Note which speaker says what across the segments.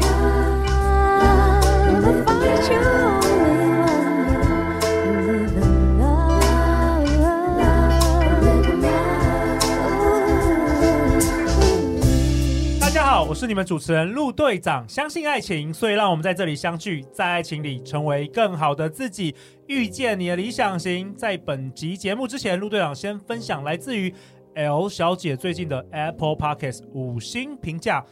Speaker 1: Love, find you only one. Live in love, live in love.
Speaker 2: 大家好，我是你们主持人陆队长。相信爱情，所以让我们在这里相聚，在爱情里成为更好的自己，遇见你的理想型。在本集节目之前，陆队长先分享来自于 L 小姐最近的 Apple Podcast 五星评价。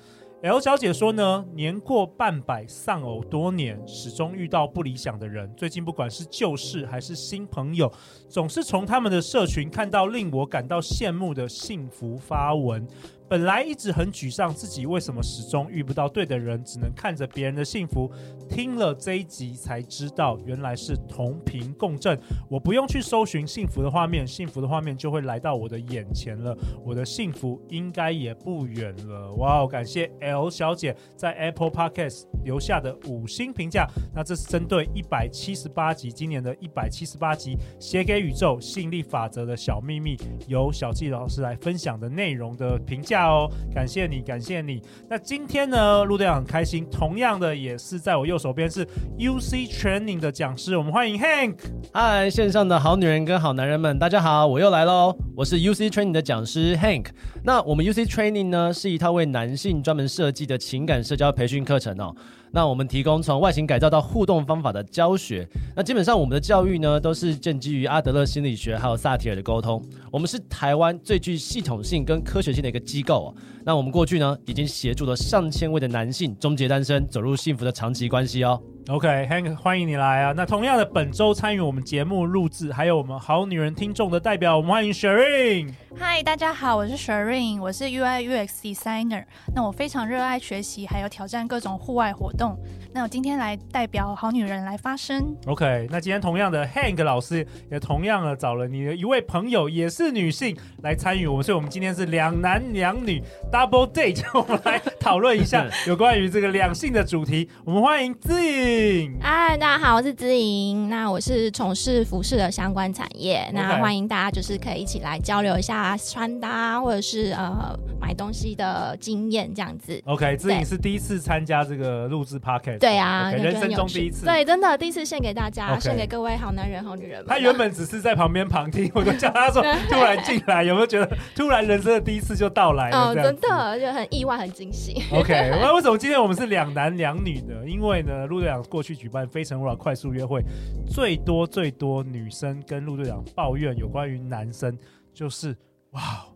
Speaker 2: L 小姐说呢，年过半百，丧偶多年，始终遇到不理想的人。最近不管是旧事还是新朋友，总是从他们的社群看到令我感到羡慕的幸福发文。本来一直很沮丧，自己为什么始终遇不到对的人，只能看着别人的幸福。听了这一集才知道，原来是同频共振。我不用去搜寻幸福的画面，幸福的画面就会来到我的眼前了。我的幸福应该也不远了。哇哦，感谢 L 小姐在 Apple Podcast 留下的五星评价。那这是针对一百七十八集，今年的一百七十八集写给宇宙吸引力法则的小秘密，由小纪老师来分享的内容的评价哦。感谢你，感谢你。那今天呢，陆队长很开心，同样的也是在我右手边是 UC Training 的讲师，我们欢迎 Hank。
Speaker 3: 嗨，线上的好女人跟好男人们，大家好，我又来喽！我是 UC Training 的讲师 Hank。那我们 UC Training 呢，是一套为男性专门设计的情感社交培训课程哦。那我们提供从外形改造到互动方法的教学。那基本上我们的教育呢，都是建基于阿德勒心理学还有萨提尔的沟通。我们是台湾最具系统性跟科学性的一个机构、哦。那我们过去呢，已经协助了上千位的男性终结单身，走入幸福的长期关系哦。
Speaker 2: OK，Hank，、欢迎你来啊！那同样的，本周参与我们节目录制，还有我们好女人听众的代表，我们欢迎 Sherin。
Speaker 4: 嗨，大家好，我是 Sherin，我是 UI UX designer。那我非常热爱学习，还有挑战各种户外活动。那我今天来代表好女人来发声。
Speaker 2: OK，那今天同样的 Hank 老师也同样的找了你的一位朋友，也是女性来参与我们，所以我们今天是两男两女 double date，我们来讨论一下有关于这个两性的主题。我们欢迎自颖。
Speaker 5: 嗨，大家好，我是知莹。那我是从事服饰的相关产业，那
Speaker 2: OK
Speaker 5: 欢迎大家就是可以一起来交流一下穿搭或者是呃买东西的经验这样子。
Speaker 2: OK，自颖
Speaker 5: 对
Speaker 2: 是第一次参加这个录制 podcast，
Speaker 5: 对啊
Speaker 2: OK，
Speaker 5: 感觉
Speaker 2: 人生
Speaker 5: 很有
Speaker 2: 中
Speaker 5: 趣
Speaker 2: 第一次。
Speaker 5: 对，真的第一次献给大家
Speaker 2: OK
Speaker 5: 献给各位好男人、好女人们。
Speaker 2: 他原本只是在旁边旁听，我都叫他 说突然进来，有没有觉得突然人生的第一次就到来了？
Speaker 5: 哦，
Speaker 2: 这样
Speaker 5: 真
Speaker 2: 子。
Speaker 5: 的就很意外、很惊喜。
Speaker 2: OK，那为什么今天我们是两男两女呢？因为呢，陆队长过去举办《非诚勿扰》快速约会，最多最多女生跟陆队长抱怨有关于男生，就是哇，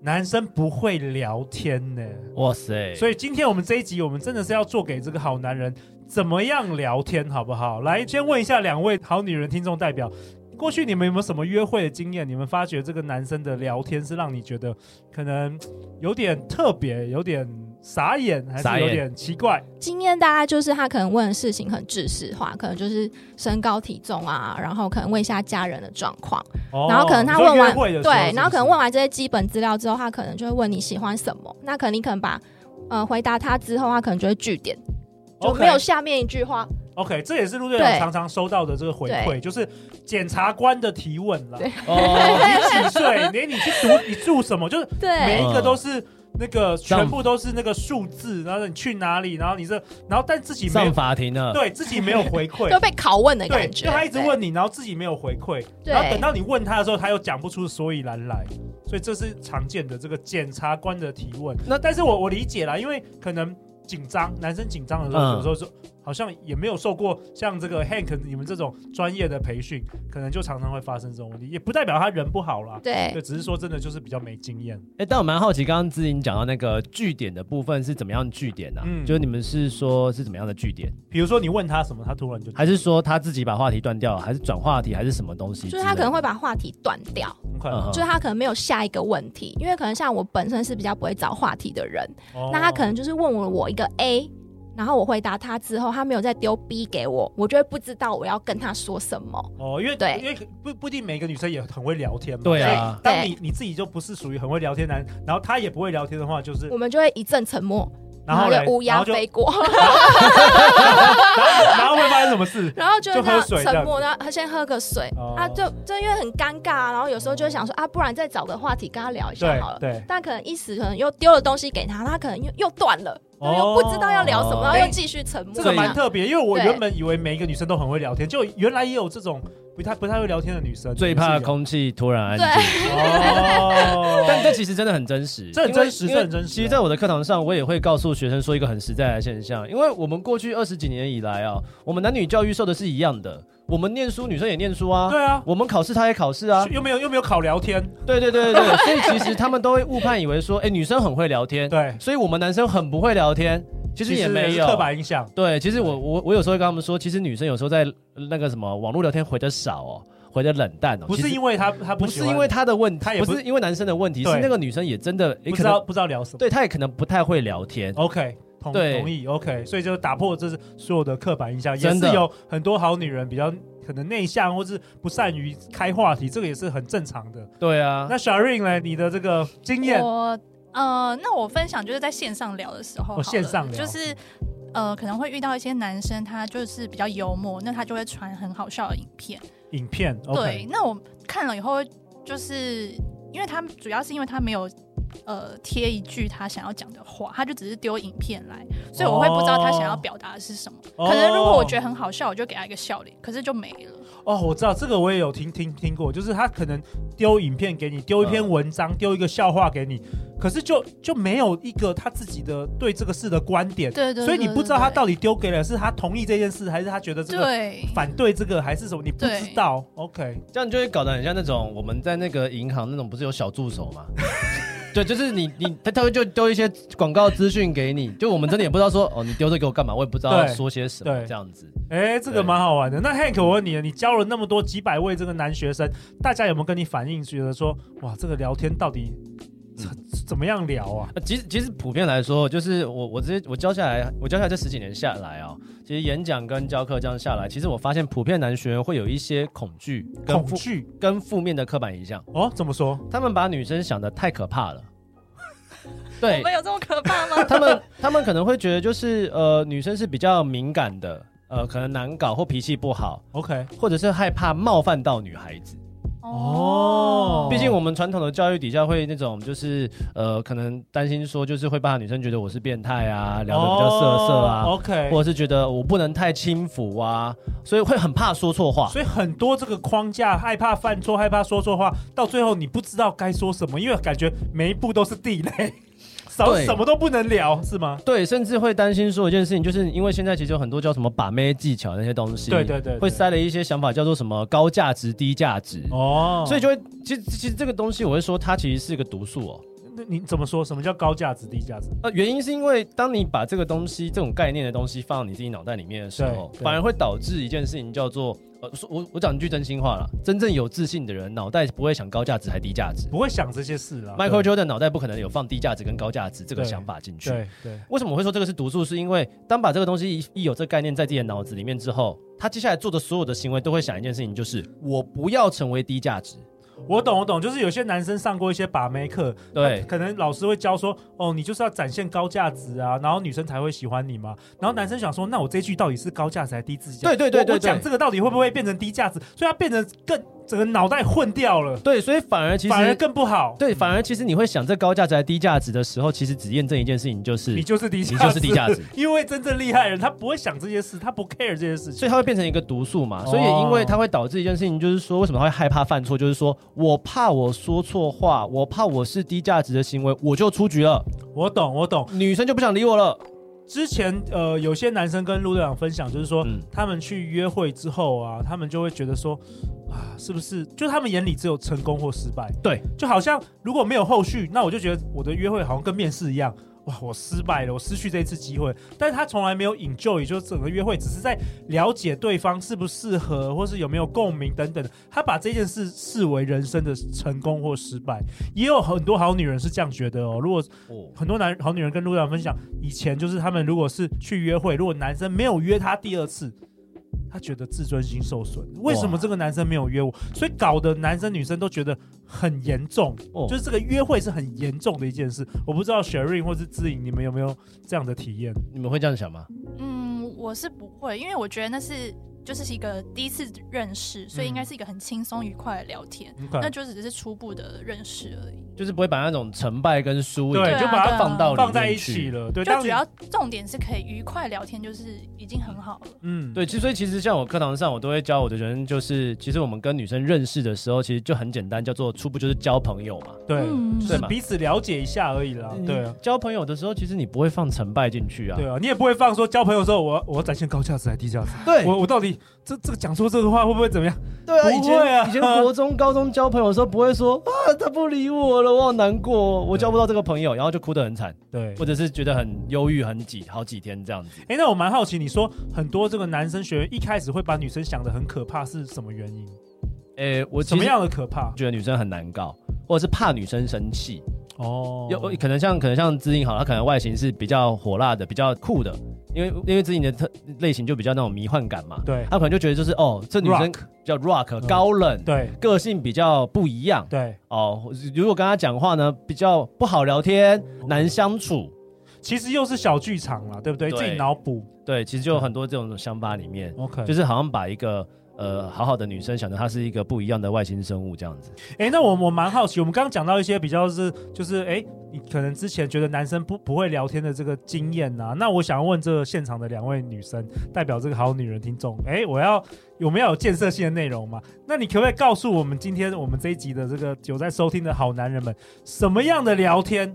Speaker 2: 男生不会聊天呢。
Speaker 3: 哇塞！
Speaker 2: 所以今天我们这一集，我们真的是要做给这个好男人怎么样聊天，好不好？来，先问一下两位好女人听众代表，过去你们有没有什么约会的经验？你们发觉这个男生的聊天是让你觉得可能有点特别，有点傻眼，还
Speaker 3: 傻
Speaker 2: 是
Speaker 3: 眼
Speaker 2: 有点奇怪？
Speaker 5: 今天大概就是他可能问的事情很知识化，可能就是身高体重啊，然后可能问一下家人的状况。
Speaker 2: 哦
Speaker 5: 然后可能他问
Speaker 2: 你说约
Speaker 5: 完，
Speaker 2: 会的时候
Speaker 5: 对，然后可能问
Speaker 2: 是
Speaker 5: 完这些基本资料之后，他可能就会问你喜欢什么。那可能你可能把呃回答他之后，他可能就会据点，
Speaker 2: 不是
Speaker 5: 就没有
Speaker 2: OK，
Speaker 5: 下面一句话。
Speaker 2: OK，这也是陆队长
Speaker 5: 对
Speaker 2: 常常收到的这个回馈，
Speaker 5: 对
Speaker 2: 就是检察官的提问了。
Speaker 5: 对
Speaker 3: 哦，
Speaker 2: 你几岁？ 连你去读你住什么，就是每
Speaker 5: 对
Speaker 2: 一个都是那
Speaker 3: 嗯
Speaker 2: 个，全部都是那个数字，然后你去哪里，然后你这，然后但自己没
Speaker 3: 上
Speaker 2: 有，
Speaker 3: 法庭了。
Speaker 2: 对自己没有回
Speaker 5: 就
Speaker 2: 馈，
Speaker 5: 被拷问的
Speaker 2: 对，
Speaker 5: 感觉。
Speaker 2: 就他一直
Speaker 5: 对，
Speaker 2: 问你，然后自己没有回馈，
Speaker 5: 对
Speaker 2: 然后等到你问他的时候，他又讲不出所以然来，所以这是常见的这个检察官的提问。那但是我我理解啦，因为可能。紧张，男生紧张的时候，
Speaker 3: 嗯
Speaker 2: 有时候就好像也没有受过像这个 Hank 你们这种专业的培训，可能就常常会发生这种问题，也不代表他人不好啦，
Speaker 5: 对
Speaker 2: 对，只是说真的就是比较没经验。
Speaker 3: 哎，但我蛮好奇，刚刚知莹讲到那个据点的部分是怎么样据点呢、啊？
Speaker 2: 嗯
Speaker 3: 就是你们是说是怎么样的据点，
Speaker 2: 比如说你问他什么，他突然就
Speaker 3: 还是说他自己把话题断掉，还是转话题，还是什么东西之
Speaker 5: 就
Speaker 3: 类的？
Speaker 5: 是他可能会把话题断掉，
Speaker 2: 很快，
Speaker 3: 嗯
Speaker 5: 就是他可能没有下一个问题，因为可能像我本身是比较不会找话题的人，
Speaker 3: 嗯
Speaker 2: 哦
Speaker 5: 那他可能就是问我我一个 A。然后我回答他之后，他没有再丢 B 给我，我就会不知道我要跟他说什么。
Speaker 2: 哦，因为
Speaker 5: 对
Speaker 2: 因为不不一定每个女生也很会聊天嘛。
Speaker 3: 对
Speaker 2: 所以
Speaker 3: 啊，
Speaker 2: 当你你自己就不是属于很会聊天男，然后他也不会聊天的话，就是
Speaker 5: 我们就会一阵沉默，
Speaker 2: 然后嘞
Speaker 5: 嗯就乌
Speaker 2: 然
Speaker 5: 鸦
Speaker 2: 后就
Speaker 5: 飞过，
Speaker 2: 然后会发生什么 事？
Speaker 5: 然后就
Speaker 2: 就喝
Speaker 5: 那样
Speaker 2: 水这样
Speaker 5: 沉默，然后他先喝个水
Speaker 2: 哦
Speaker 5: 啊，就就因为很尴尬啊，然后有时候就会想说啊，不然再找个话题跟他聊一下
Speaker 2: 对
Speaker 5: 好了。
Speaker 2: 对，
Speaker 5: 但可能一时可能又丢了东西给他，他可能又又断了，然后又不知道要聊什么，
Speaker 3: 哦
Speaker 5: 然后又继续沉默。
Speaker 2: 哎这个
Speaker 5: 样
Speaker 2: 蛮特别，因为我
Speaker 5: 对
Speaker 2: 原本以为每一个女生都很会聊天，就原来也有这种不太不太会聊天的女生，
Speaker 3: 最怕
Speaker 2: 也是有
Speaker 3: 空气突然安静。，
Speaker 5: 对，啊
Speaker 2: 哦
Speaker 3: 但这其实真的很真实，
Speaker 2: 这很真实
Speaker 3: 因为
Speaker 2: 这很真实啊
Speaker 3: 其实，在我的课堂上，我也会告诉学生说一个很实在的现象，因为我们过去二十几年以来啊，我们男女教育受的是一样的，我们念书，女生也念书啊，
Speaker 2: 对啊，
Speaker 3: 我们考试，她也考试啊，
Speaker 2: 又没有又没有考聊天，
Speaker 3: 对对对对对，所以其实他们都会误判以为说，哎，女生很会聊天，
Speaker 2: 对，
Speaker 3: 所以我们男生很不会聊天，其
Speaker 2: 其
Speaker 3: 实也没
Speaker 2: 是
Speaker 3: 有。
Speaker 2: 刻板印象，
Speaker 3: 对，其实我我我有时候会跟他们说，其实女生有时候在那个什么网络聊天回的少哦，回的冷淡哦，
Speaker 2: 不是
Speaker 3: 其实
Speaker 2: 因为他他
Speaker 3: 不
Speaker 2: 喜
Speaker 3: 是
Speaker 2: 欢
Speaker 3: 因为她的问题
Speaker 2: 她，也
Speaker 3: 不
Speaker 2: 不
Speaker 3: 是因为男生的问题，
Speaker 2: 对
Speaker 3: 是那个女生也真的
Speaker 2: 不
Speaker 3: 也可
Speaker 2: 知道哦
Speaker 3: 能
Speaker 2: 不知道聊什么
Speaker 3: 对她也可能不太会聊天。
Speaker 2: ，OK。同
Speaker 3: 对
Speaker 2: 同意，OK，所以就打破这是所有的刻板印象，也
Speaker 3: 真的
Speaker 2: 是有很多好女人比较可能内向，或是不善于开话题，这个也是很正常的。
Speaker 3: 对啊，
Speaker 2: 那 Sharin 呢？你的这个经验，
Speaker 4: 我呃，那我分享就是在线上聊的时候好了，
Speaker 2: 哦线上聊
Speaker 4: 就是呃，可能会遇到一些男生，他就是比较幽默，那他就会传很好笑的影片。
Speaker 2: 影片
Speaker 4: 对
Speaker 2: ，OK，，
Speaker 4: 那我看了以后，就是因为他主要是因为他没有。呃，贴一句他想要讲的话，他就只是丢影片来，所以我会不知道他想要表达的是什么。
Speaker 2: 哦
Speaker 4: 可能如果我觉得很好笑，我就给他一个笑脸，可是就没了。
Speaker 2: 哦，我知道这个我也有听听听过，就是他可能丢影片给你，丢一篇文章，丢一个笑话给你，可是就就没有一个他自己的对这个事的观点，
Speaker 4: 对对对
Speaker 2: 所以你不知道他
Speaker 4: 对
Speaker 2: 到底丢给了是他同意这件事，还是他觉得这个
Speaker 4: 对，
Speaker 2: 反对这个，还是什么，你不
Speaker 4: 对
Speaker 2: 知道。OK，
Speaker 3: 这样就会搞得很像那种我们在那个银行那种不是有小助手吗？ 对，就是你你他他会就丢一些广告资讯给你，就我们真的也不知道说哦你丢这给我干嘛，我也不知道
Speaker 2: 对
Speaker 3: 说些什么
Speaker 2: 对
Speaker 3: 这样子。
Speaker 2: 哎，这个
Speaker 3: 对
Speaker 2: 蛮好玩的。那 Hank，我问你，你教了那么多几百位这个男学生，大家有没有跟你反映，觉得说，哇，这个聊天到底
Speaker 3: 嗯
Speaker 2: 怎怎么样聊啊？
Speaker 3: 呃其实其实普遍来说，就是我我直接我教下来，我教下来这十几年下来啊、其实演讲跟教课这样下来，其实我发现普遍男学员会有一些恐惧跟
Speaker 2: 恐
Speaker 3: 负
Speaker 2: 惧
Speaker 3: 跟负面的刻板印象，
Speaker 2: 哦？怎么说？
Speaker 3: 他们把女生想的太可怕了。对，
Speaker 4: 有这么可怕 吗？
Speaker 3: 他们他们可能会觉得就是呃女生是比较敏感的，呃可能难搞或脾气不好，
Speaker 2: OK，
Speaker 3: 或者是害怕冒犯到女孩子。
Speaker 2: 哦
Speaker 3: 毕竟我们传统的教育底下会那种，就是呃，可能担心说，就是会怕女生觉得我是变态啊，聊得比较色色啊，
Speaker 2: 哦 OK，
Speaker 3: 或者是觉得我不能太轻浮啊，所以会很怕说错话。
Speaker 2: 所以很多这个框架，害怕犯错，害怕说错话，到最后你不知道该说什么，因为感觉每一步都是地雷， 少
Speaker 3: 对
Speaker 2: 什么都不能聊，是吗？
Speaker 3: 对，甚至会担心说一件事情，就是因为现在其实有很多叫什么把妹技巧那些东西，
Speaker 2: 对对对对
Speaker 3: 会塞了一些想法叫做什么高价值、低价值，
Speaker 2: 哦
Speaker 3: 所以就会其实其实这个东西我会说它其实是一个毒素哦。
Speaker 2: 那你怎么说什么叫高价值、低价值？
Speaker 3: 呃，原因是因为当你把这个东西、这种概念的东西放到你自己脑袋里面的时候，
Speaker 2: 对对
Speaker 3: 反而会导致一件事情叫做，呃，说我我讲一句真心话啦，真正有自信的人，脑袋不会想高价值还低价值。
Speaker 2: 不会想这些事了。
Speaker 3: Michael Jordan 脑袋不可能有放低价值跟高价值这个
Speaker 2: 对
Speaker 3: 想法进去。
Speaker 2: 对对
Speaker 3: 为什么我会说这个是毒素？是因为当把这个东西一一有这个概念在自己的脑子里面之后，他接下来做的所有的行为都会想一件事情，就是我不要成为低价值。
Speaker 2: 我懂我懂，就是有些男生上过一些把妹课，
Speaker 3: 对
Speaker 2: 他可能老师会教说，哦，你就是要展现高价值啊，然后女生才会喜欢你嘛。然后男生想说，那我这句到底是高价值还是低自己？
Speaker 3: 对对对
Speaker 2: 我
Speaker 3: 对
Speaker 2: 我
Speaker 3: 对
Speaker 2: 讲这个到底会不会变成低价值？所以他变成更整个脑袋混掉了，
Speaker 3: 对，所以反而其实
Speaker 2: 反而更不好。
Speaker 3: 对，反而其实你会想这高价值还低价值的时候，其实只验证一件事情，就是
Speaker 2: 你就是低价，
Speaker 3: 你就是低价值，
Speaker 2: 因为真正厉害的人他不会想这些事，他不 care 这些事情。
Speaker 3: 所以它会变成一个毒素嘛。
Speaker 2: 哦
Speaker 3: 所以因为它会导致一件事情，就是说为什么他会害怕犯错，就是说我怕我说错话，我怕我是低价值的行为，我就出局了，
Speaker 2: 我懂，我懂。
Speaker 3: 女生就不想理我了。
Speaker 2: 之前呃，有些男生跟陆队长分享，就是说、
Speaker 3: 嗯
Speaker 2: 他们去约会之后啊，他们就会觉得说，啊，是不是？就他们眼里只有成功或失败。
Speaker 3: 对，
Speaker 2: 就好像如果没有后续，那我就觉得我的约会好像跟面试一样。哇，我失败了，我失去这一次机会。但是他从来没有 enjoy，也就是整个约会只是在了解对方适不适合，或是有没有共鸣等等的。他把这件事视为人生的成功或失败。也有很多好女人是这样觉得哦。如果
Speaker 3: 哦，
Speaker 2: 很多男好女人跟陆队长分享，以前就是他们如果是去约会，如果男生没有约她第二次，他觉得自尊心受损，为什么这个男生没有约我？所以搞得男生女生都觉得很严重，
Speaker 3: 哦
Speaker 2: 就是这个约会是很严重的一件事。我不知道雪瑞或是知颖，你们有没有这样的体验？
Speaker 3: 你们会这样想吗？
Speaker 4: 嗯，我是不会，因为我觉得那是就是一个第一次认识，所以应该是一个很轻松愉快的聊天，
Speaker 2: 你看
Speaker 4: 那就只是初步的认识而已。
Speaker 3: 就是不会把那种成败跟输赢
Speaker 2: 对
Speaker 3: 就
Speaker 4: 啊
Speaker 3: 把它
Speaker 4: 对啊
Speaker 3: 放到里面
Speaker 2: 放在一起
Speaker 3: 去。
Speaker 2: 了，对，
Speaker 4: 就
Speaker 2: 当
Speaker 4: 主
Speaker 2: 你
Speaker 4: 要重点是可以愉快聊天，就是已经很好了。
Speaker 2: 嗯，
Speaker 3: 对，其实所以其实像我课堂上，我都会教我的学生，就是其实我们跟女生认识的时候，其实就很简单，叫做初步就是交朋友嘛。
Speaker 2: 对，
Speaker 4: 嗯
Speaker 2: 就
Speaker 3: 对
Speaker 2: 是
Speaker 3: 嘛
Speaker 2: 彼此了解一下而已啦，对啊。
Speaker 3: 你交朋友的时候，其实你不会放成败进去啊。
Speaker 2: 对啊，你也不会放说交朋友的时候，我我要展现高价值还是低价值？
Speaker 3: 对
Speaker 2: 我我到底这这个讲出这个话会不会怎么样？
Speaker 3: 对啊，
Speaker 2: 不
Speaker 3: 以
Speaker 2: 会啊
Speaker 3: 前以前国中、高中交朋友的时候，不会说啊，他不理我了，我好难过哦，我交不到这个朋友，然后就哭得很惨，
Speaker 2: 对，
Speaker 3: 或者是觉得很忧郁，很几好几天这样子。
Speaker 2: 哎，那我蛮好奇，你说很多这个男生学员一开始会把女生想的很可怕，是什么原因？
Speaker 3: 诶，我
Speaker 2: 什
Speaker 3: 其
Speaker 2: 么
Speaker 3: 实
Speaker 2: 样的可怕？
Speaker 3: 觉得女生很难搞，或者是怕女生生气。
Speaker 2: 哦，
Speaker 3: 有可能像可能像知音好，她可能外形是比较火辣的，比较酷的，因为因为知音的特类型就比较那种迷幻感嘛。
Speaker 2: 对
Speaker 3: 她可能就觉得就是哦，这女生
Speaker 2: Rock
Speaker 3: 比较 rock
Speaker 2: 嗯
Speaker 3: 高冷，
Speaker 2: 对
Speaker 3: 个性比较不一样
Speaker 2: 对，
Speaker 3: 哦。如果跟她讲话呢，比较不好聊天，难相处。
Speaker 2: 其实又是小剧场啦，对不对？
Speaker 3: 对
Speaker 2: 自己脑补。
Speaker 3: 对，其实就有很多这种想法里面，
Speaker 2: OK，
Speaker 3: 就是好像把一个呃好好的女生想成她是一个不一样的外星生物这样子。
Speaker 2: 哎，那我我蛮好奇，我们刚刚讲到一些比较是就是哎，诶你可能之前觉得男生不不会聊天的这个经验呐、那我想要问这现场的两位女生，代表这个好女人听众，哎，我要我们要有建设性的内容嘛？那你可不可以告诉我们今天我们这一集的这个有在收听的好男人们，什么样的聊天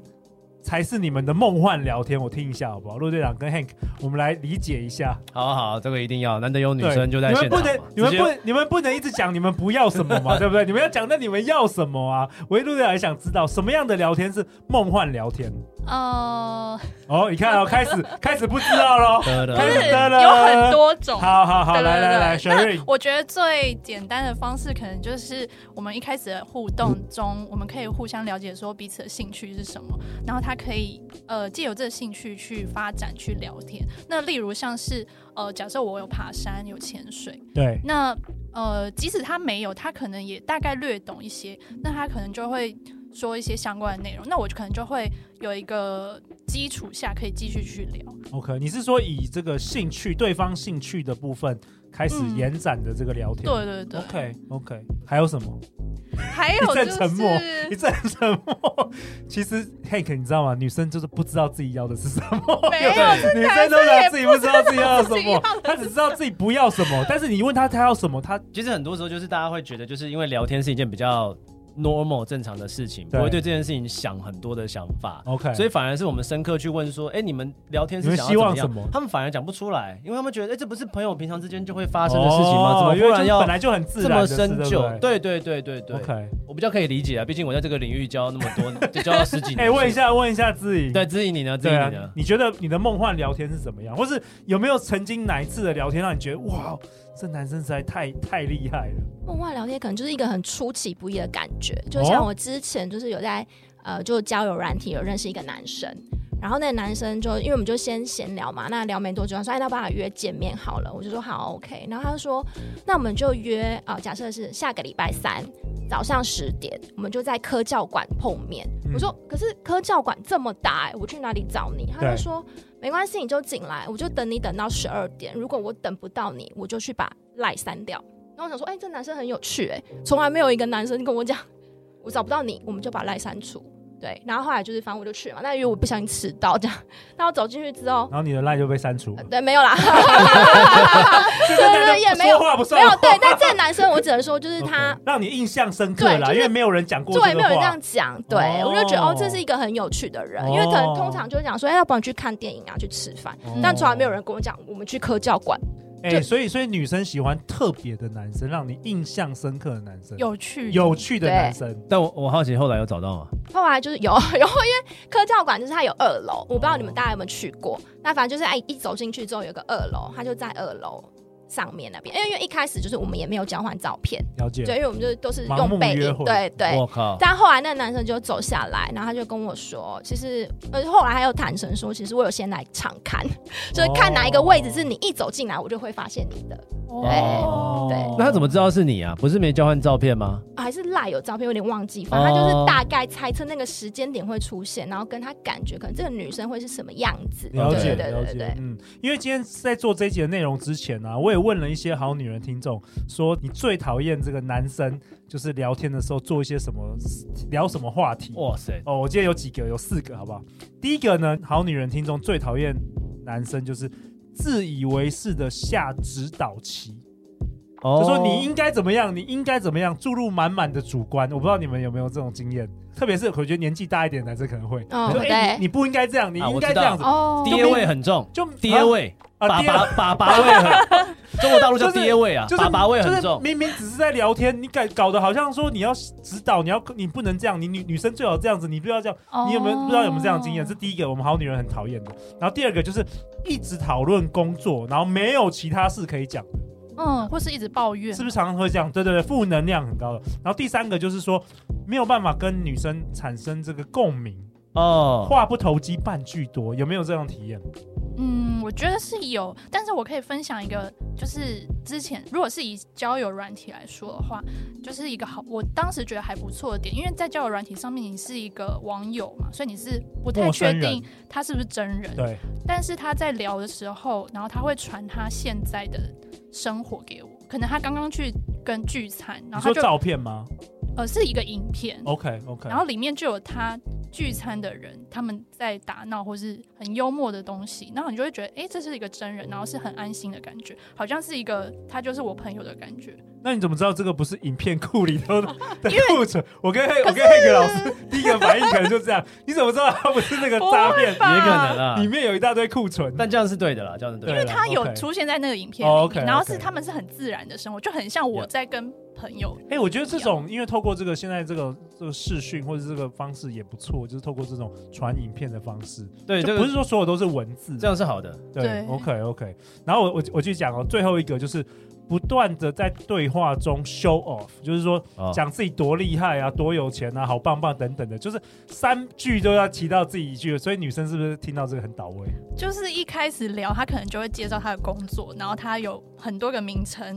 Speaker 2: 才是你们的梦幻聊天？我听一下好不好？陆队长跟 Hank，我们来理解一下。
Speaker 3: 好好，这个一定要，难得有女
Speaker 2: 对
Speaker 3: 生就在现场
Speaker 2: 你
Speaker 3: 嘛，
Speaker 2: 们不
Speaker 3: 直
Speaker 2: 能，你
Speaker 3: 接
Speaker 2: 们不能，你们不能一直讲你们不要什么 嘛，对不对？你们要讲那你们要什么啊？我一路也想知道什么样的聊天是梦幻聊天。
Speaker 4: 呃，
Speaker 2: 哦，你看哦，开始开始不知道喽。
Speaker 3: 得得
Speaker 4: 就
Speaker 2: 开
Speaker 4: 是
Speaker 2: 始
Speaker 3: 得
Speaker 2: 哒啦
Speaker 4: 有很多种。
Speaker 2: 好好好，
Speaker 4: 对
Speaker 2: 来
Speaker 4: 对对
Speaker 2: 来来，
Speaker 4: 对
Speaker 2: 雪瑞
Speaker 4: 那，我觉得最简单的方式，可能就是我们一开始的互动中，我们可以互相了解说彼此的兴趣是什么，然后他可以呃借由这个兴趣去发展去聊天。那例如像是呃，假设我有爬山，有潜水，
Speaker 2: 对
Speaker 4: 那呃，即使他没有，他可能也大概略懂一些，那他可能就会说一些相关的内容，那我就可能就会有一个基础下可以继续去聊。
Speaker 2: ，OK，你是说以这个兴趣，对方兴趣的部分开始
Speaker 4: 嗯
Speaker 2: 延展的这个聊天？
Speaker 4: 对对对，
Speaker 2: OK OK，还有什么？
Speaker 4: 还有
Speaker 2: 一阵
Speaker 4: 就是
Speaker 2: 沉默一阵沉默。其实 Hank，你知道吗？女生就是不知道自己要的是什么，
Speaker 4: 没有
Speaker 2: 对女生
Speaker 4: 男
Speaker 2: 都
Speaker 4: 生也
Speaker 2: 啊自己不知道自己要什
Speaker 4: 自己要
Speaker 2: 么，她只知道自己不要什么。但是你问她她要什么，她
Speaker 3: 其实很多时候就是大家会觉得，就是因为聊天是一件比较 normal 正常的事情，不
Speaker 2: 对哦
Speaker 3: 会对这件事情想很多的想法。
Speaker 2: OK，
Speaker 3: 所以反而是我们深刻去问说，哎、你们聊天
Speaker 2: 你
Speaker 3: 是
Speaker 2: 们
Speaker 3: 想
Speaker 2: 希
Speaker 3: 要
Speaker 2: 望
Speaker 3: 怎
Speaker 2: 什
Speaker 3: 么
Speaker 2: 么
Speaker 3: 样？他们反而讲不出来，因为他们觉得，哎、这不是朋友平常之间就会发生的事情吗？
Speaker 2: 哦
Speaker 3: 怎么
Speaker 2: 因为
Speaker 3: 忽
Speaker 2: 就是
Speaker 3: 然要
Speaker 2: 本来就很自
Speaker 3: 这
Speaker 2: 然
Speaker 3: 么
Speaker 2: 的事
Speaker 3: 深究？
Speaker 2: 对
Speaker 3: 对对对对
Speaker 2: 不对
Speaker 3: 对
Speaker 2: OK。
Speaker 3: 我比较可以理解啊，毕竟我在这个领域教那么多， 就教了十几年。
Speaker 2: 哎，问一，下问一下自己，
Speaker 3: 对，指引你呢，指
Speaker 2: 对
Speaker 3: 引
Speaker 2: 啊
Speaker 3: 你呢，，
Speaker 2: 你觉得你的梦幻聊天是怎么样？或是有没有曾经哪一次的聊天让你觉得哇，这男生实在太太厉害了？
Speaker 5: 梦幻聊天可能就是一个很出其不意的感觉，就
Speaker 2: 哦
Speaker 5: 像我之前就是有在呃，就交友软体有认识一个男生，然后那个男生就因为我们就先闲聊嘛，那聊没多久，他说哎，那帮我约见面好了，我就说好 OK，然后他就说那我们就约啊、呃假设是下个礼拜三早上十点，我们就在科教馆碰面。
Speaker 2: 嗯
Speaker 5: 我说可是科教馆这么大、哎我去哪里找你？他
Speaker 2: 对
Speaker 5: 就说没关系，你就进来，我就等你等到十二点，如果我等不到你，我就去把赖删掉。然后我想说，哎、这男生很有趣、哎，从来没有一个男生跟我讲，我找不到你，我们就把赖删除。对，然后后来就是，反正我就去嘛，那因为我不小心迟到这样，那我走进去之后，
Speaker 2: 然后你的 line 就被删除了
Speaker 5: 呃，对，没有啦，
Speaker 2: 对
Speaker 5: 对对也没有
Speaker 2: 说话不算
Speaker 5: 没有
Speaker 2: 话
Speaker 5: 对，但这个男生我只能说就是他
Speaker 2: OK，让你印象深刻
Speaker 5: 对
Speaker 2: 啦，
Speaker 5: 就是
Speaker 2: 因为没有人讲过
Speaker 5: 对，
Speaker 2: 这
Speaker 5: 没
Speaker 2: 个
Speaker 5: 有人这
Speaker 2: 话
Speaker 5: 样。讲，对、
Speaker 2: 哦
Speaker 5: 我就觉得哦，这是一个很有趣的人，
Speaker 2: 哦
Speaker 5: 因为可能通常就是讲说，哎、要不然去看电影啊，去吃饭，
Speaker 2: 哦
Speaker 5: 但从来没有人跟我讲，我们去科教馆，
Speaker 2: 哎、
Speaker 5: 对
Speaker 2: 所以所以女生喜欢特别的男生，让你印象深刻的男生，
Speaker 4: 有趣，
Speaker 2: 有趣的男生。
Speaker 3: 但我我好奇后来有找到吗？
Speaker 5: 后来就是有 有，因为科教馆就是它有二楼，我不知道你们大家有没有去过，那反正就是哎，一走进去之后有个二楼，它就在二楼。上面那边，因为因为一开始就是我们也没有交换照片，
Speaker 2: 了
Speaker 5: 对，
Speaker 2: 解。
Speaker 5: 因为我们就都是
Speaker 2: 盲目
Speaker 5: 用背
Speaker 2: 约
Speaker 5: 影
Speaker 2: 会，
Speaker 5: 对对，
Speaker 3: 我靠，
Speaker 5: 但后来那个男生就走下来，然后他就跟我说，其实呃后来他又坦诚说，其实我有先来场看， 就是看哪一个位置是你一走进来我就会发现你的，
Speaker 3: 哦
Speaker 5: 对
Speaker 3: 那他怎
Speaker 2: 么？
Speaker 3: 么知道是你啊？不是没交换照片吗？
Speaker 5: 啊还是赖有照片，有点忘记，反正他就是大概猜测那个时间点会出现，然后跟他感觉可能这个女生会是什么样子，
Speaker 2: 了解，
Speaker 5: 对
Speaker 2: 了
Speaker 5: 对对对
Speaker 2: 解
Speaker 5: 对，。
Speaker 2: 嗯，因为今天在做这一集的内容之前呢、啊，我也问了一些好女人听众，说你最讨厌这个男生，就是聊天的时候做一些什么，聊什么话题？
Speaker 3: 哇塞，
Speaker 2: 哦，我记得有几个，有四个，好不好？第一个呢，好女人听众最讨厌男生就是自以为是的下指导棋，
Speaker 3: 哦
Speaker 2: 就说你应该怎么样，你应该怎么样，注入满满的主观。我不知道你们有没有这种经验，特别是我觉得年纪大一点的男生可能会，
Speaker 5: 哦
Speaker 2: 就哎、
Speaker 5: 对
Speaker 2: 你你不应该这样，你
Speaker 3: 啊
Speaker 2: 应
Speaker 3: 我
Speaker 2: 该
Speaker 3: 知
Speaker 2: 这
Speaker 3: 道
Speaker 2: 样子，
Speaker 4: 哦
Speaker 3: 爹位很重，
Speaker 2: 就
Speaker 3: 爹位，
Speaker 2: 啊
Speaker 3: 爸
Speaker 2: 啊爹
Speaker 3: 爸爸爸 位很，中国大陆叫爹位啊
Speaker 2: 就，是
Speaker 3: 爸爸位
Speaker 2: 就是
Speaker 3: 很重。
Speaker 2: 明明只是在聊天，你搞搞得好像说你要指导，你要你不能这样，你女女生最好这样子，你不要这样。
Speaker 4: 哦
Speaker 2: 你有没有不知道有没有这样的经验？这第一个，我们好女人很讨厌的。然后第二个就是一直讨论工作，然后没有其他事可以讲，
Speaker 4: 嗯，或是一直抱怨，
Speaker 2: 是不是常常会这样？对对对，负能量很高的。然后第三个就是说没有办法跟女生产生这个共鸣，
Speaker 3: 哦，
Speaker 2: 话不投机半句多，有没有这样的体验？
Speaker 4: 嗯，我觉得是有，但是我可以分享一个，就是之前如果是以交友软体来说的话，就是一个好，我当时觉得还不错的点，因为在交友软体上面你是一个网友嘛，所以你是不太
Speaker 2: 陌
Speaker 4: 确
Speaker 2: 生人
Speaker 4: 定他是不是真人，
Speaker 2: 对，
Speaker 4: 但是他在聊的时候，然后他会传他现在的生活给我，可能他刚刚去跟聚餐，
Speaker 2: 你
Speaker 4: 然后
Speaker 2: 说
Speaker 4: 他就
Speaker 2: 照片吗
Speaker 4: 呃是一个影片，
Speaker 2: ？OK OK，
Speaker 4: 然后里面就有他聚餐的人，他们在打闹或是很幽默的东西，然后你就会觉得，哎、这是一个真人，然后是很安心的感觉，好像是一个他就是我朋友的感觉。
Speaker 2: 那你怎么知道这个不是影片库里头的的库存？我跟我跟黑格老师 第一个反应可能就这样，你怎么知道他不是那个诈骗？
Speaker 3: 也可能啊
Speaker 2: 里，面有一大堆库存，
Speaker 3: 但这样是对的啦，这样是对
Speaker 2: 因
Speaker 3: 的。
Speaker 2: 为
Speaker 4: 他有出现在那个影片里
Speaker 2: 哦，OK，OK
Speaker 4: 然后是他们是很自然的生活，就很像我在跟朋友。
Speaker 2: 哎、我觉得这种因为透过这个现在这个这个视讯或者这个方式也不错，就是透过这种传影片的方式，
Speaker 3: 对，这
Speaker 2: 就不是
Speaker 3: 个
Speaker 2: 说所有都是文字，
Speaker 3: 这样是好的。
Speaker 2: 对
Speaker 4: 对
Speaker 2: o k OK。然后我我我去讲哦，最后一个就是不断的在对话中 show off，就是说
Speaker 3: 哦
Speaker 2: 讲自己多厉害啊、多有钱啊、好棒棒等等的，就是三句都要提到自己一句，所以女生是不是听到这个很倒胃？
Speaker 4: 就是一开始聊，他可能就会介绍他的工作，然后他有很多个名称，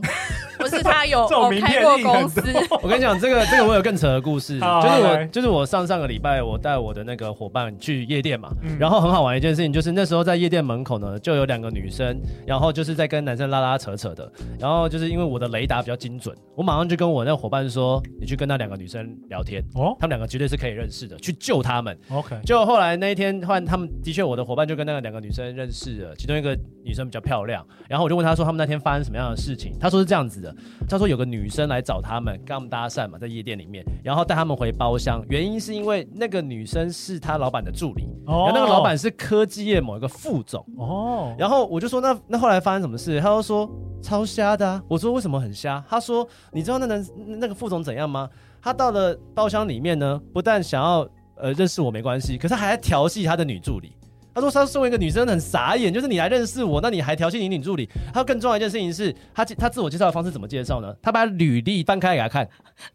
Speaker 4: 或是他有
Speaker 2: 这种
Speaker 4: 哦
Speaker 2: 名
Speaker 4: 开
Speaker 2: 片
Speaker 4: 过
Speaker 2: 力很
Speaker 4: 公司，
Speaker 3: 我跟你讲，这个这个我有更扯的故事，就
Speaker 2: 好
Speaker 3: 是
Speaker 2: 好
Speaker 3: 我
Speaker 2: 来
Speaker 3: 就是我上上个礼拜我带我的那个伙伴去夜店嘛，
Speaker 2: 嗯
Speaker 3: 然后很好玩一件事情就是那时候在夜店门口呢就有两个女生，然后就是在跟男生拉拉扯扯的，然后就是因为我的雷达比较精准，我马上就跟我那个伙伴说，你去跟那两个女生聊天，
Speaker 2: 哦
Speaker 3: 他们两个绝对是可以认识的，去救他们。
Speaker 2: ，OK，
Speaker 3: 就后来那一天，换他们的确，我的伙伴就跟那个两个女生认识了，其中一个女生比较漂亮，然后我就问她说他们那天发生什么样的事情，她说是这样子的，她说有个女生来找他们跟他们搭讪嘛，在夜店里面，然后带他们回包厢，原因是因为那个女生是她老板的助理，然
Speaker 2: 哦
Speaker 3: 后那个老板是科技业某一个副总，
Speaker 2: 哦，
Speaker 3: 然后我就说那那后来发生什么事？他就说超瞎的、啊。我说为什么很瞎？他说你知道那男那那个副总怎样吗？他到了包厢里面呢，不但想要呃认识我没关系，可是还在调戏他的女助理。他说他身为一个女生很傻眼，就是你来认识我，那你还调戏你女助理。还有更重要的一件事情是，他他自我介绍的方式怎么介绍呢？他把履历翻开给他看，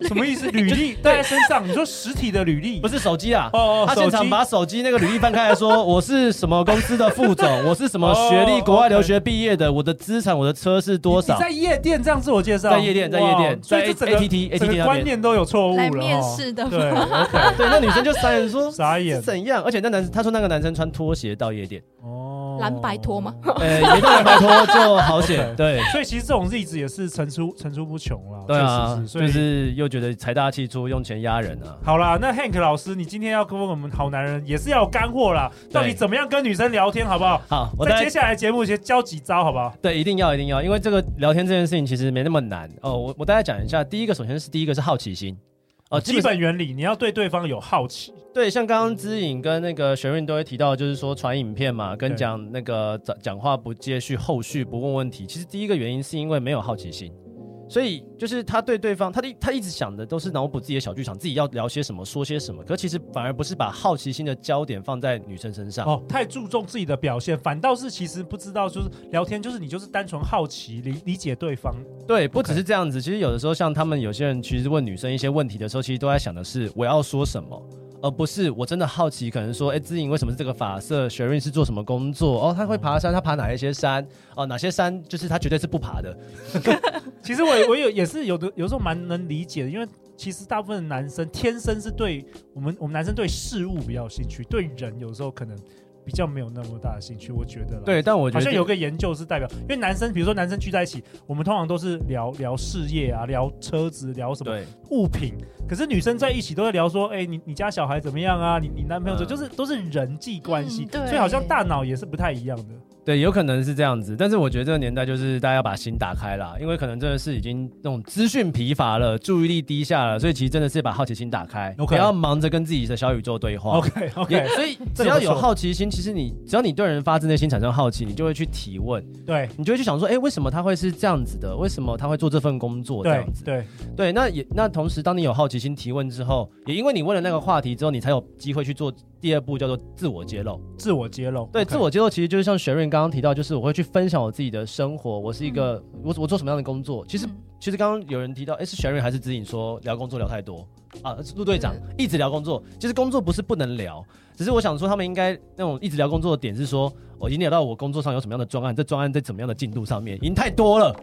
Speaker 2: 什么意思？履历带在身上，你说实体的履历
Speaker 3: 不
Speaker 2: 是？
Speaker 3: 是手机啊。
Speaker 2: 哦哦，
Speaker 3: 他现
Speaker 2: 手
Speaker 3: 场
Speaker 2: 机
Speaker 3: 把手机那个履历翻开 来说，我是什么公司的副总，我是什么学历，
Speaker 2: 哦
Speaker 3: 国外留
Speaker 2: OK
Speaker 3: 学毕业的，我的资产，我的车是多
Speaker 2: 你
Speaker 3: 少
Speaker 2: 你？在夜店这样自我介绍，
Speaker 3: 在夜店在夜店
Speaker 2: 哇所以这
Speaker 3: 在
Speaker 2: 整个
Speaker 3: ATT
Speaker 2: 整
Speaker 3: ATT 那
Speaker 2: 个
Speaker 3: 边
Speaker 2: 观念都有错误了。
Speaker 4: 来面
Speaker 2: 哦
Speaker 4: 试的
Speaker 2: 对，OK，
Speaker 3: 对，那女生就傻眼说
Speaker 2: 傻眼
Speaker 3: 是怎样？而且那男他说那个男生穿拖鞋到夜 店，
Speaker 2: 哦
Speaker 5: 蓝白拖吗？
Speaker 3: 呃，也到白拖就好险，
Speaker 2: OK
Speaker 3: 对。
Speaker 2: 所以其实这种例子也是层出层出不穷啦。
Speaker 3: 对
Speaker 2: 确
Speaker 3: 啊
Speaker 2: 实，是所
Speaker 3: 就
Speaker 2: 以、
Speaker 3: 是又觉得财大气粗，用钱压人啊。
Speaker 2: 好啦。那 Hank 老师，你今天要跟我们好男人也是要有干货啦，到底怎么样跟女生聊天，好不好？
Speaker 3: 好，我
Speaker 2: 在
Speaker 3: 再
Speaker 2: 接下来节目先教几招，好不好？
Speaker 3: 对，一定要一定要，因为这个聊天这件事情其实没那么难哦。我我大概讲一下，第一个首先是第一个是好奇心哦，基
Speaker 2: 基
Speaker 3: 本
Speaker 2: 本原理，你要对对方有好奇，
Speaker 3: 对，像刚刚知影跟那个学运都会提到，就是说传影片嘛，跟
Speaker 2: 对
Speaker 3: 讲那个讲讲话不接续，后续不问问题。其实第一个原因是因为没有好奇心，所以就是他对对方，他一他一直想的都是脑补自己的小剧场，自己要聊些什么，说些什么。可其实反而不是把好奇心的焦点放在女生身上。
Speaker 2: 哦，太注重自己的表现，反倒是其实不知道，就是聊天，就是你就是单纯好奇，理理解对方。
Speaker 3: 对，不只是这样子。其实有的时候，像他们有些人其实问女生一些问题的时候，其实都在想的是我要说什么，而不是我真的好奇，可能说，哎，知颖为什么是这个发色？雪润是做什么工作？哦，他会爬山，他爬哪一些山？哦，哪些山就是他绝对是不爬的。
Speaker 2: 其实我我有也是有的，有时候蛮能理解的，因为其实大部分的男生天生是对我们我们男生对事物比较有兴趣，对人有时候可能比较没有那么大的兴趣，我觉得啦。
Speaker 3: 对，但我觉
Speaker 2: 好
Speaker 3: 得
Speaker 2: 像有个研究是代表，因为男生，比如说男生聚在一起，我们通常都是聊聊事业啊，聊车子，聊什么
Speaker 3: 对
Speaker 2: 物品。可是女生在一起都在聊说，哎、你你家小孩怎么样啊？你你男朋友怎么、
Speaker 3: 嗯
Speaker 2: 就是都是人际关系
Speaker 4: 嗯，对
Speaker 2: 所以好像大脑也是不太一样的。
Speaker 3: 对，有可能是这样子，但是我觉得这个年代就是大家要把心打开啦，因为可能真的是已经那种资讯疲乏了，注意力低下了，所以其实真的是把好奇心打开
Speaker 2: OK
Speaker 3: 不要忙着跟自己的小宇宙对话。
Speaker 2: OK OK，
Speaker 3: 哦也所以
Speaker 2: 这
Speaker 3: 只
Speaker 2: 个
Speaker 3: 要
Speaker 2: 不错
Speaker 3: 有好奇心，其实你只要你对人发自内心产生好奇，你就会去提问，
Speaker 2: 对
Speaker 3: 你就会去想说，哎、为什么他会是这样子的？为什么他会做这份工作这
Speaker 2: 对
Speaker 3: 样子？
Speaker 2: 对，
Speaker 3: 对，那也那同时，当你有好奇心提问之后，也因为你问了那个话题之后，你才有机会去做第二步，叫做自我揭露。
Speaker 2: 自我揭露，
Speaker 3: 对
Speaker 2: OK
Speaker 3: 自我揭露其实就是像学润刚刚提到，就是我会去分享我自己的生活，我是一个、我我做什么样的工作。其实、
Speaker 4: 嗯
Speaker 3: 其实刚刚有人提到，哎，是学润还是指引说聊工作聊太多啊？是陆队长一直聊工作，其实工作不是不能聊，只是我想说他们应该那种一直聊工作的点是说，哦我已经聊到我工作上有什么样的专案，这专案在怎么样的进度上面，已经太多了。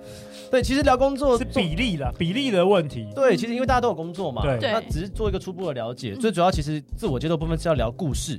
Speaker 3: 对，其实聊工作
Speaker 2: 是比例啦，比例的问题。
Speaker 3: 对，其实因为大家都有工作嘛，
Speaker 2: 对
Speaker 4: 对
Speaker 3: 那只是做一个初步的了解。
Speaker 4: 嗯
Speaker 3: 最主要其实自我揭露部分是要聊故事。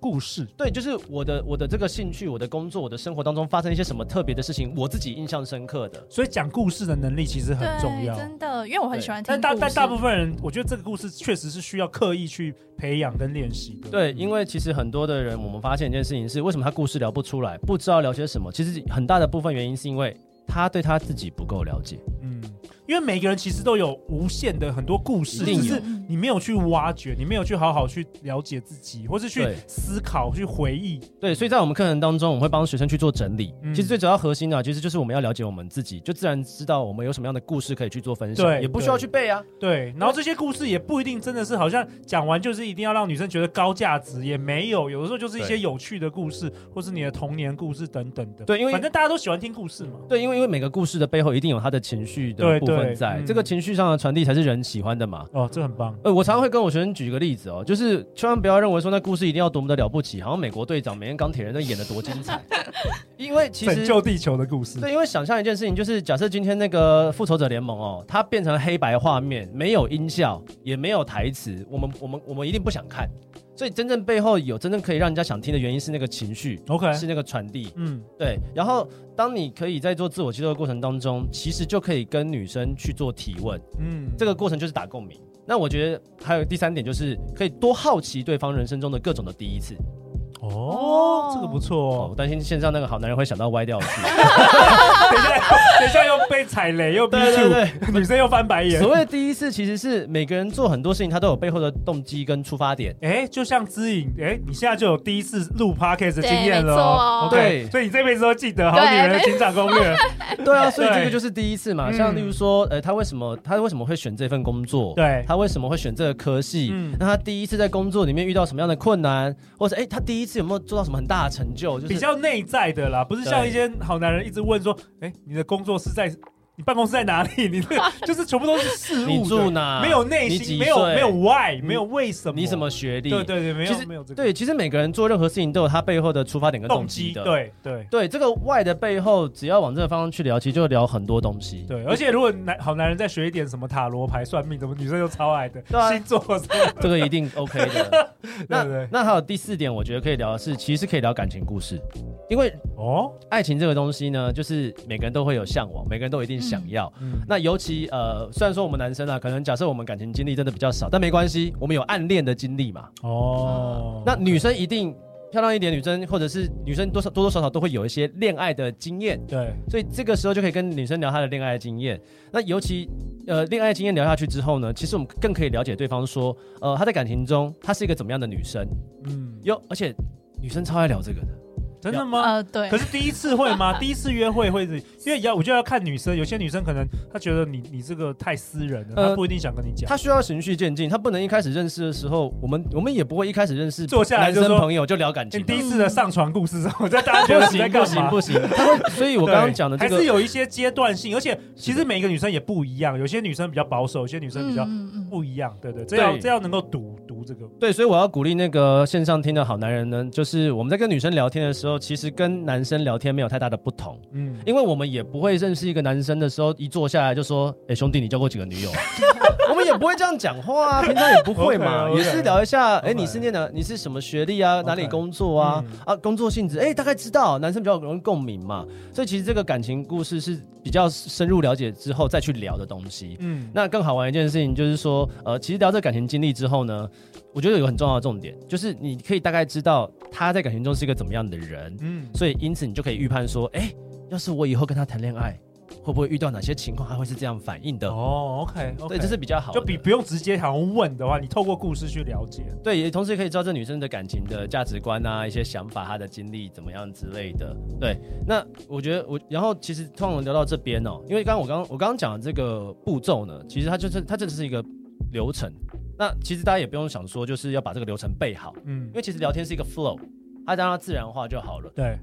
Speaker 2: 故事
Speaker 3: 对，就是我的我的这个兴趣，我的工作，我的生活当中发生一些什么特别的事情，我自己印象深刻的。
Speaker 2: 所以讲故事的能力其实很重
Speaker 4: 对，
Speaker 2: 要。
Speaker 4: 真的，因为我很喜欢
Speaker 2: 但
Speaker 4: 听
Speaker 2: 大
Speaker 4: 故
Speaker 2: 但大
Speaker 4: 事
Speaker 2: 部分人，我觉得这个故事确实是需要刻意去培养跟练习的。
Speaker 3: 对，因为其实很多的人，我们发现一件事情是，为什么他故事聊不出来，不知道聊些什么？其实很大的部分原因是因为他对他自己不够了解。
Speaker 2: 嗯，因为每个人其实都有无限的很多故事，
Speaker 3: 一定有
Speaker 2: 只是你没有去挖掘，你没有去好好去了解自己，或是去
Speaker 3: 对
Speaker 2: 思考、去回忆。
Speaker 3: 对，所以在我们课程当中，我们会帮学生去做整理。
Speaker 2: 嗯
Speaker 3: 其实最主要核心呢、啊其实就是我们要了解我们自己，就自然知道我们有什么样的故事可以去做分享，
Speaker 2: 对
Speaker 3: 也不需要去背啊。
Speaker 2: 对，然后这些故事也不一定真的是好像讲完就是一定要让女生觉得高价值，也没有，有的时候就是一些
Speaker 3: 对
Speaker 2: 有趣的故事，或是你的童年故事等等的。
Speaker 3: 对，因为
Speaker 2: 反正大家都喜欢听故事嘛。
Speaker 3: 对，因为因为每个故事的背后一定有他的情绪
Speaker 2: 对
Speaker 3: 的部分
Speaker 2: 对
Speaker 3: 在，
Speaker 2: 嗯
Speaker 3: 这个情绪上的传递才是人喜欢的嘛。
Speaker 2: 哦，这很棒。
Speaker 3: 呃，我常常会跟我学生举一个例子哦，就是千万不要认为说那故事一定要多么的了不起，好像美国队长、美人钢铁人都演的多精彩，因为其
Speaker 2: 拯
Speaker 3: 实
Speaker 2: 救地球的故事，
Speaker 3: 对，因为想象一件事情，就是假设今天那个复仇者联盟哦，它变成黑白画面，没有音效，也没有台词，我们我们我们一定不想看，所以真正背后有真正可以让人家想听的原因是那个情绪，
Speaker 2: 哦 OK，
Speaker 3: 是那个传递。
Speaker 2: 嗯，
Speaker 3: 对，然后当你可以在做自我揭露的过程当中，其实就可以跟女生去做提问，
Speaker 2: 嗯，
Speaker 3: 这个过程就是打共鸣。那我觉得还有第三点就是可以多好奇对方人生中的各种的第一次。
Speaker 2: 哦，这个不
Speaker 3: 哦，
Speaker 2: 错
Speaker 3: 我。担心线上那个好男人会想到 歪掉去。
Speaker 2: 等一下， 等一下又被踩雷， 又 B
Speaker 3: 对对
Speaker 2: two，
Speaker 3: 对，
Speaker 2: 女生又翻白眼
Speaker 3: 所。谓的第一次其实是每个人做很多事情，他都有背后的动机跟出发点。
Speaker 2: 哎，就像知影，哎，你现在就有第一次录 podcast 的经验了哦。
Speaker 5: 对
Speaker 2: OK，
Speaker 3: 没错
Speaker 2: 所以你这辈子都记得《好女人的情场攻略》。
Speaker 3: 对啊，所以这
Speaker 2: 对
Speaker 3: 个就是第一次嘛。
Speaker 2: 嗯
Speaker 3: 像例如说，呃，他为什么他为什么会选这份工作？
Speaker 2: 对
Speaker 3: 他为什么会选这个科系？
Speaker 2: 嗯
Speaker 3: 那他第一次在工作里面遇到什么样的困难，或者哎，他第一次有没有做到什么很大的成就？就 是
Speaker 2: 比较内在的啦，不是像一些好男人一直问说，哎，你的工作是在你办公室在哪里？你 的就是全部都是事
Speaker 3: 你
Speaker 2: 物
Speaker 3: 住
Speaker 2: 的，
Speaker 3: 哪？
Speaker 2: 没有内
Speaker 3: 啊你几
Speaker 2: 心，没有
Speaker 3: 岁
Speaker 2: 没有 why，没有为什么，
Speaker 3: 你什么学历？
Speaker 2: 对对对，没
Speaker 3: 其
Speaker 2: 有
Speaker 3: 实
Speaker 2: 没有这个
Speaker 3: 对，其实每个人做任何事情都有他背后的出发点跟
Speaker 2: 动
Speaker 3: 动
Speaker 2: 机，
Speaker 3: 机的。
Speaker 2: 对对。
Speaker 3: 对，这个外的背后，只要往这个方向去聊，其实就聊很多东西。
Speaker 2: 对，而且如果男好男人再学一点什么塔罗牌、算命，什么女生就超爱的，
Speaker 3: 对啊
Speaker 2: 星座什么，
Speaker 3: 这个一定 OK 的。那
Speaker 2: 对对
Speaker 3: 那还有第四点，我觉得可以聊的是，其实可以聊感情故事，因为
Speaker 2: 哦，
Speaker 3: 爱情这个东西呢，就是每个人都会有向往，每个人都一定想要。
Speaker 2: 嗯
Speaker 3: 那尤其呃，虽然说我们男生啊，可能假设我们感情经历真的比较少，但没关系，我们有暗恋的经历嘛。
Speaker 2: 哦，
Speaker 3: 那女生一定漂亮一点，女生或者是女生多少多多少少都会有一些恋爱的经验。
Speaker 2: 对
Speaker 3: 所以这个时候就可以跟女生聊她的恋爱经验。那尤其呃，恋爱经验聊下去之后呢，其实我们更可以了解对方说，呃，她在感情中她是一个怎么样的女生。
Speaker 2: 嗯，
Speaker 3: 哟，而且女生超爱聊这个的，
Speaker 2: 真的吗？
Speaker 4: 呃，对
Speaker 2: 可，是第一次会吗？第一次约会会是，因为要我就要看女生，有些女生可能她觉得你你这个太私人了，
Speaker 3: 呃
Speaker 2: 她不一定想跟你讲
Speaker 3: 他。需要循序渐进，他不能一开始认识的时候，我们我们也不会一开始认识
Speaker 2: 坐下来
Speaker 3: 男
Speaker 2: 就说
Speaker 3: 生朋友就聊感
Speaker 2: 你
Speaker 3: 情啊。
Speaker 2: 第一次的上床故事，我在大家觉
Speaker 3: 不
Speaker 2: 得 你在
Speaker 3: 行
Speaker 2: 干
Speaker 3: 不
Speaker 2: 嘛
Speaker 3: 行不行，他会，所以我刚刚讲的这
Speaker 2: 还是
Speaker 3: 个，
Speaker 2: 有一些阶段性，而且其实每一个女生也不一样，有些女生比较保守，有些女生比较
Speaker 4: 嗯嗯嗯
Speaker 2: 不一样，对对，这要
Speaker 3: 对
Speaker 2: 这要能够读读这个，
Speaker 3: 对，所以我要鼓励那个线上听的好男人呢，就是我们在跟女生聊天的时候，其实跟男生聊天没有太大的不同，
Speaker 2: 嗯，
Speaker 3: 因为我们也不会认识一个男生的时候，一坐下来就说，哎、兄弟，你交过几个女友？啊 我们也不会这样讲 话啊，平常也不会嘛
Speaker 2: OK，OK
Speaker 3: 也是聊一下，哎、
Speaker 2: OK
Speaker 3: 你是念的，你是什么学历啊？哪里工作啊？
Speaker 2: 嗯
Speaker 3: 啊，工作性质，哎、大概知道，男生比较容易共鸣嘛，所以其实这个感情故事是比较深入了解之后再去聊的东西。
Speaker 2: 嗯，
Speaker 3: 那更好玩一件事情就是说，呃，其实聊这感情经历之后呢，我觉得有个很重要的重点，就是你可以大概知道他在感情中是一个怎么样的人，
Speaker 2: 嗯，
Speaker 3: 所以因此你就可以预判说，哎、要是我以后跟他谈恋爱，会不会遇到哪些情况，他会是这样反应的？
Speaker 2: 哦，OK，
Speaker 3: 对，这是比较好的，
Speaker 2: 就比不用直接好像问的话，你透过故事去了解，
Speaker 3: 对，也同时可以知道这女生的感情的价值观啊，一些想法，她的经历怎么样之类的。对，那我觉得我，然后其实通常聊到这边哦，因为刚刚我刚我刚刚讲的这个步骤呢，其实它就是它这只是一个流程。那其实大家也不用想说，就是要把这个流程背好，
Speaker 2: 嗯
Speaker 3: 因，为其实聊天是一个 flow，它让它自然化就好了。
Speaker 2: 对，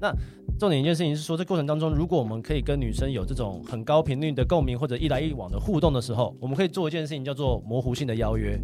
Speaker 3: 重点一件事情是说，这过程当中，如果我们可以跟女生有这种很高频率的共鸣或者一来一往的互动的时候，我们可以做一件事情叫做模糊性的邀约。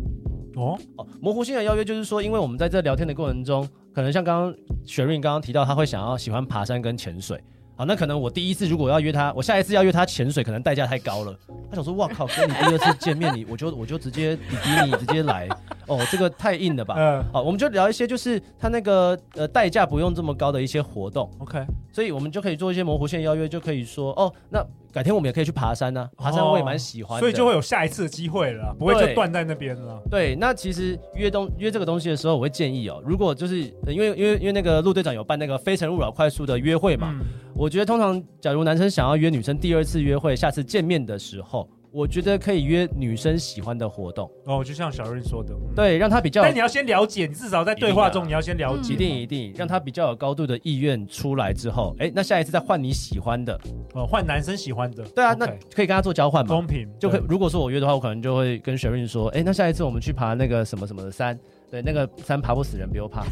Speaker 2: 哦，
Speaker 3: 哦，模糊性的邀约就是说，因为我们在这聊天的过程中，可能像刚刚雪润刚刚提到，他会想要喜欢爬山跟潜水。好，那可能我第一次如果要约他，我下一次要约他潜水，可能代价太高了。他想说，哇靠，跟你第二次见面，你我就我就直接比基尼直接来，哦，这个太硬了吧。哦
Speaker 2: 嗯
Speaker 3: 好，我们就聊一些就是他那个呃代价不用这么高的一些活动，
Speaker 2: ，OK，
Speaker 3: 所以我们就可以做一些模糊线邀约，就可以说哦，那改天我们也可以去爬山呢、爬山我也蛮喜
Speaker 2: 哦
Speaker 3: 欢的、
Speaker 2: 所以就会有下一次的机会了，不会就
Speaker 3: 对
Speaker 2: 断在那边了，
Speaker 3: 对，那其实约东约这个东西的时候，我会建议哦，如果就是呃因为因为因为那个陆队长有办那个《非诚勿扰》快速的约会嘛，
Speaker 2: 嗯
Speaker 3: 我觉得通常假如男生想要约女生第二次约会，下次见面的时候，我觉得可以约女生喜欢的活动，
Speaker 2: 哦，就像小润说的，嗯，
Speaker 3: 对，让她比较
Speaker 2: 但你要先了解，你至少在对话中
Speaker 3: 一定啊
Speaker 2: 你要先了解
Speaker 3: 一
Speaker 2: 嘛，
Speaker 3: 定一定让她比较有高度的意愿出来之后，哎，那下一次再换你喜欢的，
Speaker 2: 哦，换男生喜欢的，
Speaker 3: 对啊
Speaker 2: OK，
Speaker 3: 那可以跟她做交换嘛，
Speaker 2: 公平
Speaker 3: 就可以
Speaker 2: 对
Speaker 3: 如果说我约的话，我可能就会跟雪润说，哎，那下一次我们去爬那个什么什么的山，对，那个山爬不死人，不 用怕。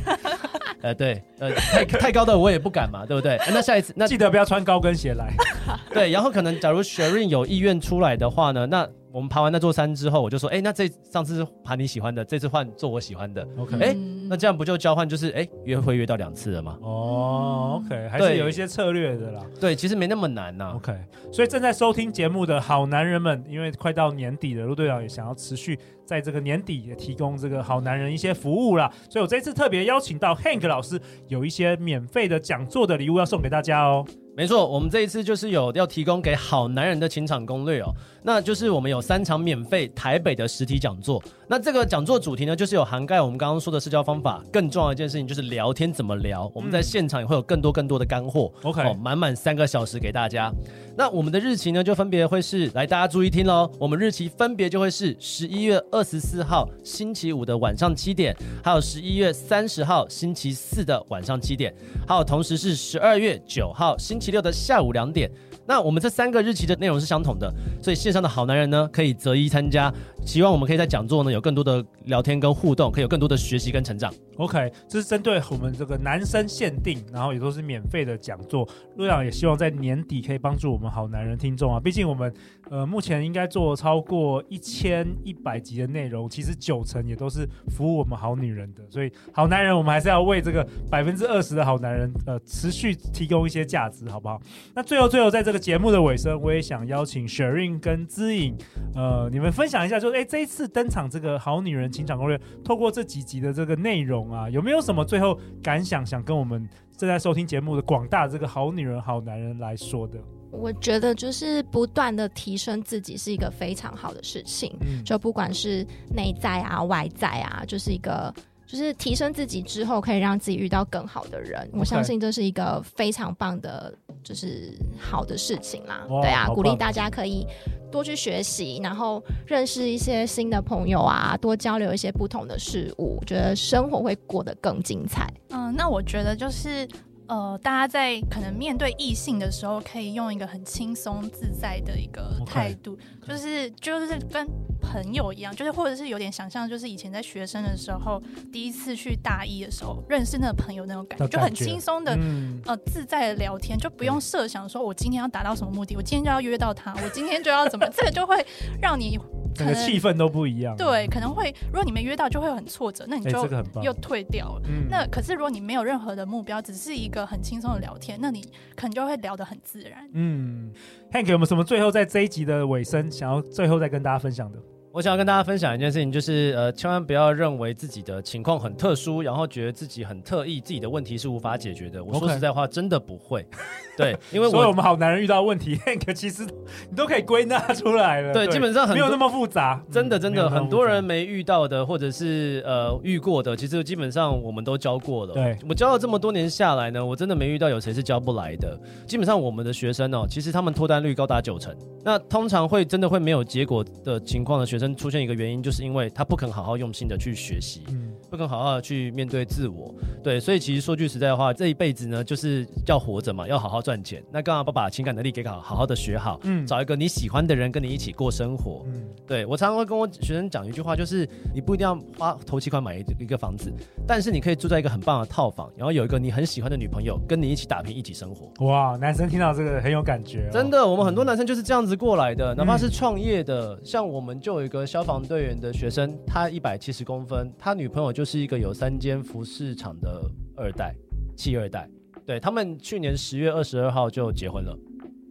Speaker 3: 呃，对，呃，太太高的我也不敢嘛，对不对？哎那下一次，那
Speaker 2: 记得不要穿高跟鞋来，
Speaker 3: 对，然后可能假如雪润有意愿出来的话呢，那我们爬完那座山之后，我就说，哎，那这上次是爬你喜欢的，这次换做我喜欢的，
Speaker 2: OK
Speaker 3: 哎
Speaker 4: 嗯
Speaker 3: 那这样不就交换就是，哎，约会约到两次了吗？
Speaker 2: 哦，OK，还是
Speaker 3: 对嗯
Speaker 2: 有一些策略的啦。
Speaker 3: 对，其实没那么难啊呐、
Speaker 2: OK，所以正在收听节目的好男人们，因为快到年底了，陆队长也想要持续在这个年底也提供这个好男人一些服务啦。所以我这次特别邀请到 Hank 老师，有一些免费的讲座的礼物要送给大家哦。
Speaker 3: 没错，我们这一次就是有要提供给好男人的情场攻略哦，那就是我们有三场免费台北的实体讲座。那这个讲座主题呢，就是有涵盖我们刚刚说的社交方法，更重要的一件事情就是聊天怎么聊。我们在现场也会有更多更多的干货
Speaker 2: OK
Speaker 3: 哦，满满三个小时给大家。那我们的日期呢，就分别会是，来大家注意听喽，我们日期分别就会是十一月二十四号星期五的晚上七点，还有十一月三十号星期四的晚上七点。还有同时是十二月九号星期六的下午两点。那我们这三个日期的内容是相同的，所以线上的好男人呢可以择一参加。希望我们可以在讲座呢有更多的聊天跟互动，可以有更多的学习跟成长。
Speaker 2: OK，这是针对我们这个男生限定，然后也都是免费的讲座。陆长也希望在年底可以帮助我们好男人听众啊，毕竟我们呃目前应该做超过一千一百集的内容，其实九成也都是服务我们好女人的，所以好男人我们还是要为这个百分之二十的好男人呃持续提供一些价值，好不好？那最后最后在这个节目的尾声，我也想邀请 Sherin 跟知颖，呃，你们分享一下，就是哎这一次登场这个好女人情场攻略透过这几集的这个内容啊，有没有什么最后感想想跟我们正在收听节目的广大这个好女人、好男人来说的？
Speaker 5: 我觉得就是不断的提升自己是一个非常好的事情，
Speaker 2: 嗯，
Speaker 5: 就不管是内在啊、外在啊，就是一个就是提升自己之后，可以让自己遇到更好的人。我
Speaker 2: OK
Speaker 5: 相信这是一个非常棒的，就是好的事情啦。
Speaker 2: 哇
Speaker 5: 对啊，
Speaker 2: 好
Speaker 5: 鼓励
Speaker 2: 棒
Speaker 5: 大家可以多去学习，然后认识一些新的朋友啊，多交流一些不同的事物，我觉得生活会过得更精彩。
Speaker 4: 嗯，那我觉得就是呃，大家在可能面对异性的时候，可以用一个很轻松自在的一个
Speaker 2: OK，
Speaker 4: 态度就是就是跟朋友一样，就是或者是有点想象，就是以前在学生的时候，第一次去大一的时候认识那个朋友那种感觉，
Speaker 2: 那
Speaker 4: 就
Speaker 2: 感
Speaker 4: 很
Speaker 2: 觉
Speaker 4: 轻松的。
Speaker 2: 嗯，
Speaker 4: 呃，自在的聊天就不用设想说，我今天要达到什么目的，我今天就要约到他，我今天就要怎么，这个就会让你可
Speaker 2: 整个
Speaker 4: 能
Speaker 2: 气氛都不一样。
Speaker 4: 对，可能会如果你没约到，就会很挫折，那你
Speaker 2: 哎，
Speaker 4: 就
Speaker 2: 这个很棒
Speaker 4: 又。退掉了。
Speaker 2: 嗯
Speaker 4: 那可是如果你没有任何的目标，只是一个很轻松的聊天，那你可能就会聊得很自然。
Speaker 2: 嗯，Hank 有没有什么最后在这一集的尾声，想要最后再跟大家分享的？
Speaker 3: 我想要跟大家分享一件事情，就是呃，千万不要认为自己的情况很特殊，然后觉得自己很特异，自己的问题是无法解决的。我说
Speaker 2: OK
Speaker 3: 实在话，真的不会。对，因为
Speaker 2: 所以我
Speaker 3: 我
Speaker 2: 们好男人遇到问题，Hank 其实你都可以归纳出来了。
Speaker 3: 对基本上很
Speaker 2: 没有
Speaker 3: 多
Speaker 2: 那么复杂，
Speaker 3: 真的
Speaker 2: 嗯
Speaker 3: 真
Speaker 2: 没有
Speaker 3: 的
Speaker 2: 那么
Speaker 3: 很多
Speaker 2: 复杂
Speaker 3: 人没遇到的，或者是呃遇过的，其实基本上我们都教过了。
Speaker 2: 对
Speaker 3: 我教了这么多年下来呢，我真的没遇到有谁是教不来的。基本上我们的学生哦，其实他们脱单率高达九成。那通常会真的会没有结果的情况的学生出现一个原因，就是因为他不肯好好用心的去学习。
Speaker 2: 嗯
Speaker 3: 不肯好好的去面对自我，对，所以其实说句实在话，这一辈子呢就是要活着嘛，要好好赚钱。那干嘛不把情感能力给好好好的学好，
Speaker 2: 嗯
Speaker 3: 找一个你喜欢的人跟你一起过生活？
Speaker 2: 嗯
Speaker 3: 对我常常会跟我学生讲一句话，就是你不一定要花头期款买一一个房子，但是你可以住在一个很棒的套房，然后有一个你很喜欢的女朋友跟你一起打拼，一起生活。
Speaker 2: 哇，男生听到这个很有感觉、哦
Speaker 3: 真。的，我们很多男生就是这样子过来的，
Speaker 2: 嗯
Speaker 3: 哪怕是创业的，像我们就有一个消防队员的学生，他一百七十公分，他女朋友就是一个有三间服饰厂的二代，弃二代，对他们去年十月二十二号就结婚了。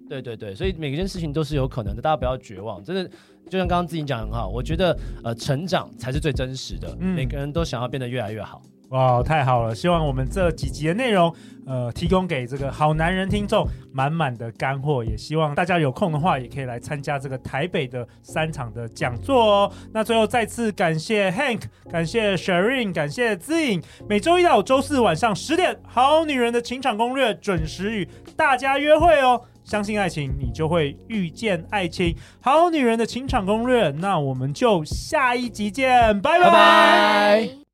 Speaker 3: 对对对，所以每一件事情都是有可能的，大家不要绝望。真的，就像刚刚自己讲得很好，我觉得呃，成长才是最真实的。
Speaker 2: 嗯
Speaker 3: 每个人都想要变得越来越好。
Speaker 2: 哇，哦太好了！希望我们这几集的内容，呃，提供给这个好男人听众满满的干货，也希望大家有空的话，也可以来参加这个台北的三场的讲座哦。那最后再次感谢 Hank，感谢 Sharin，感谢 z i n 每周一到周四晚上十点，《好女人的情场攻略》准时与大家约会哦。相信爱情，你就会遇见爱情。好女人的情场攻略，那我们就下一集见，拜拜
Speaker 3: 拜拜。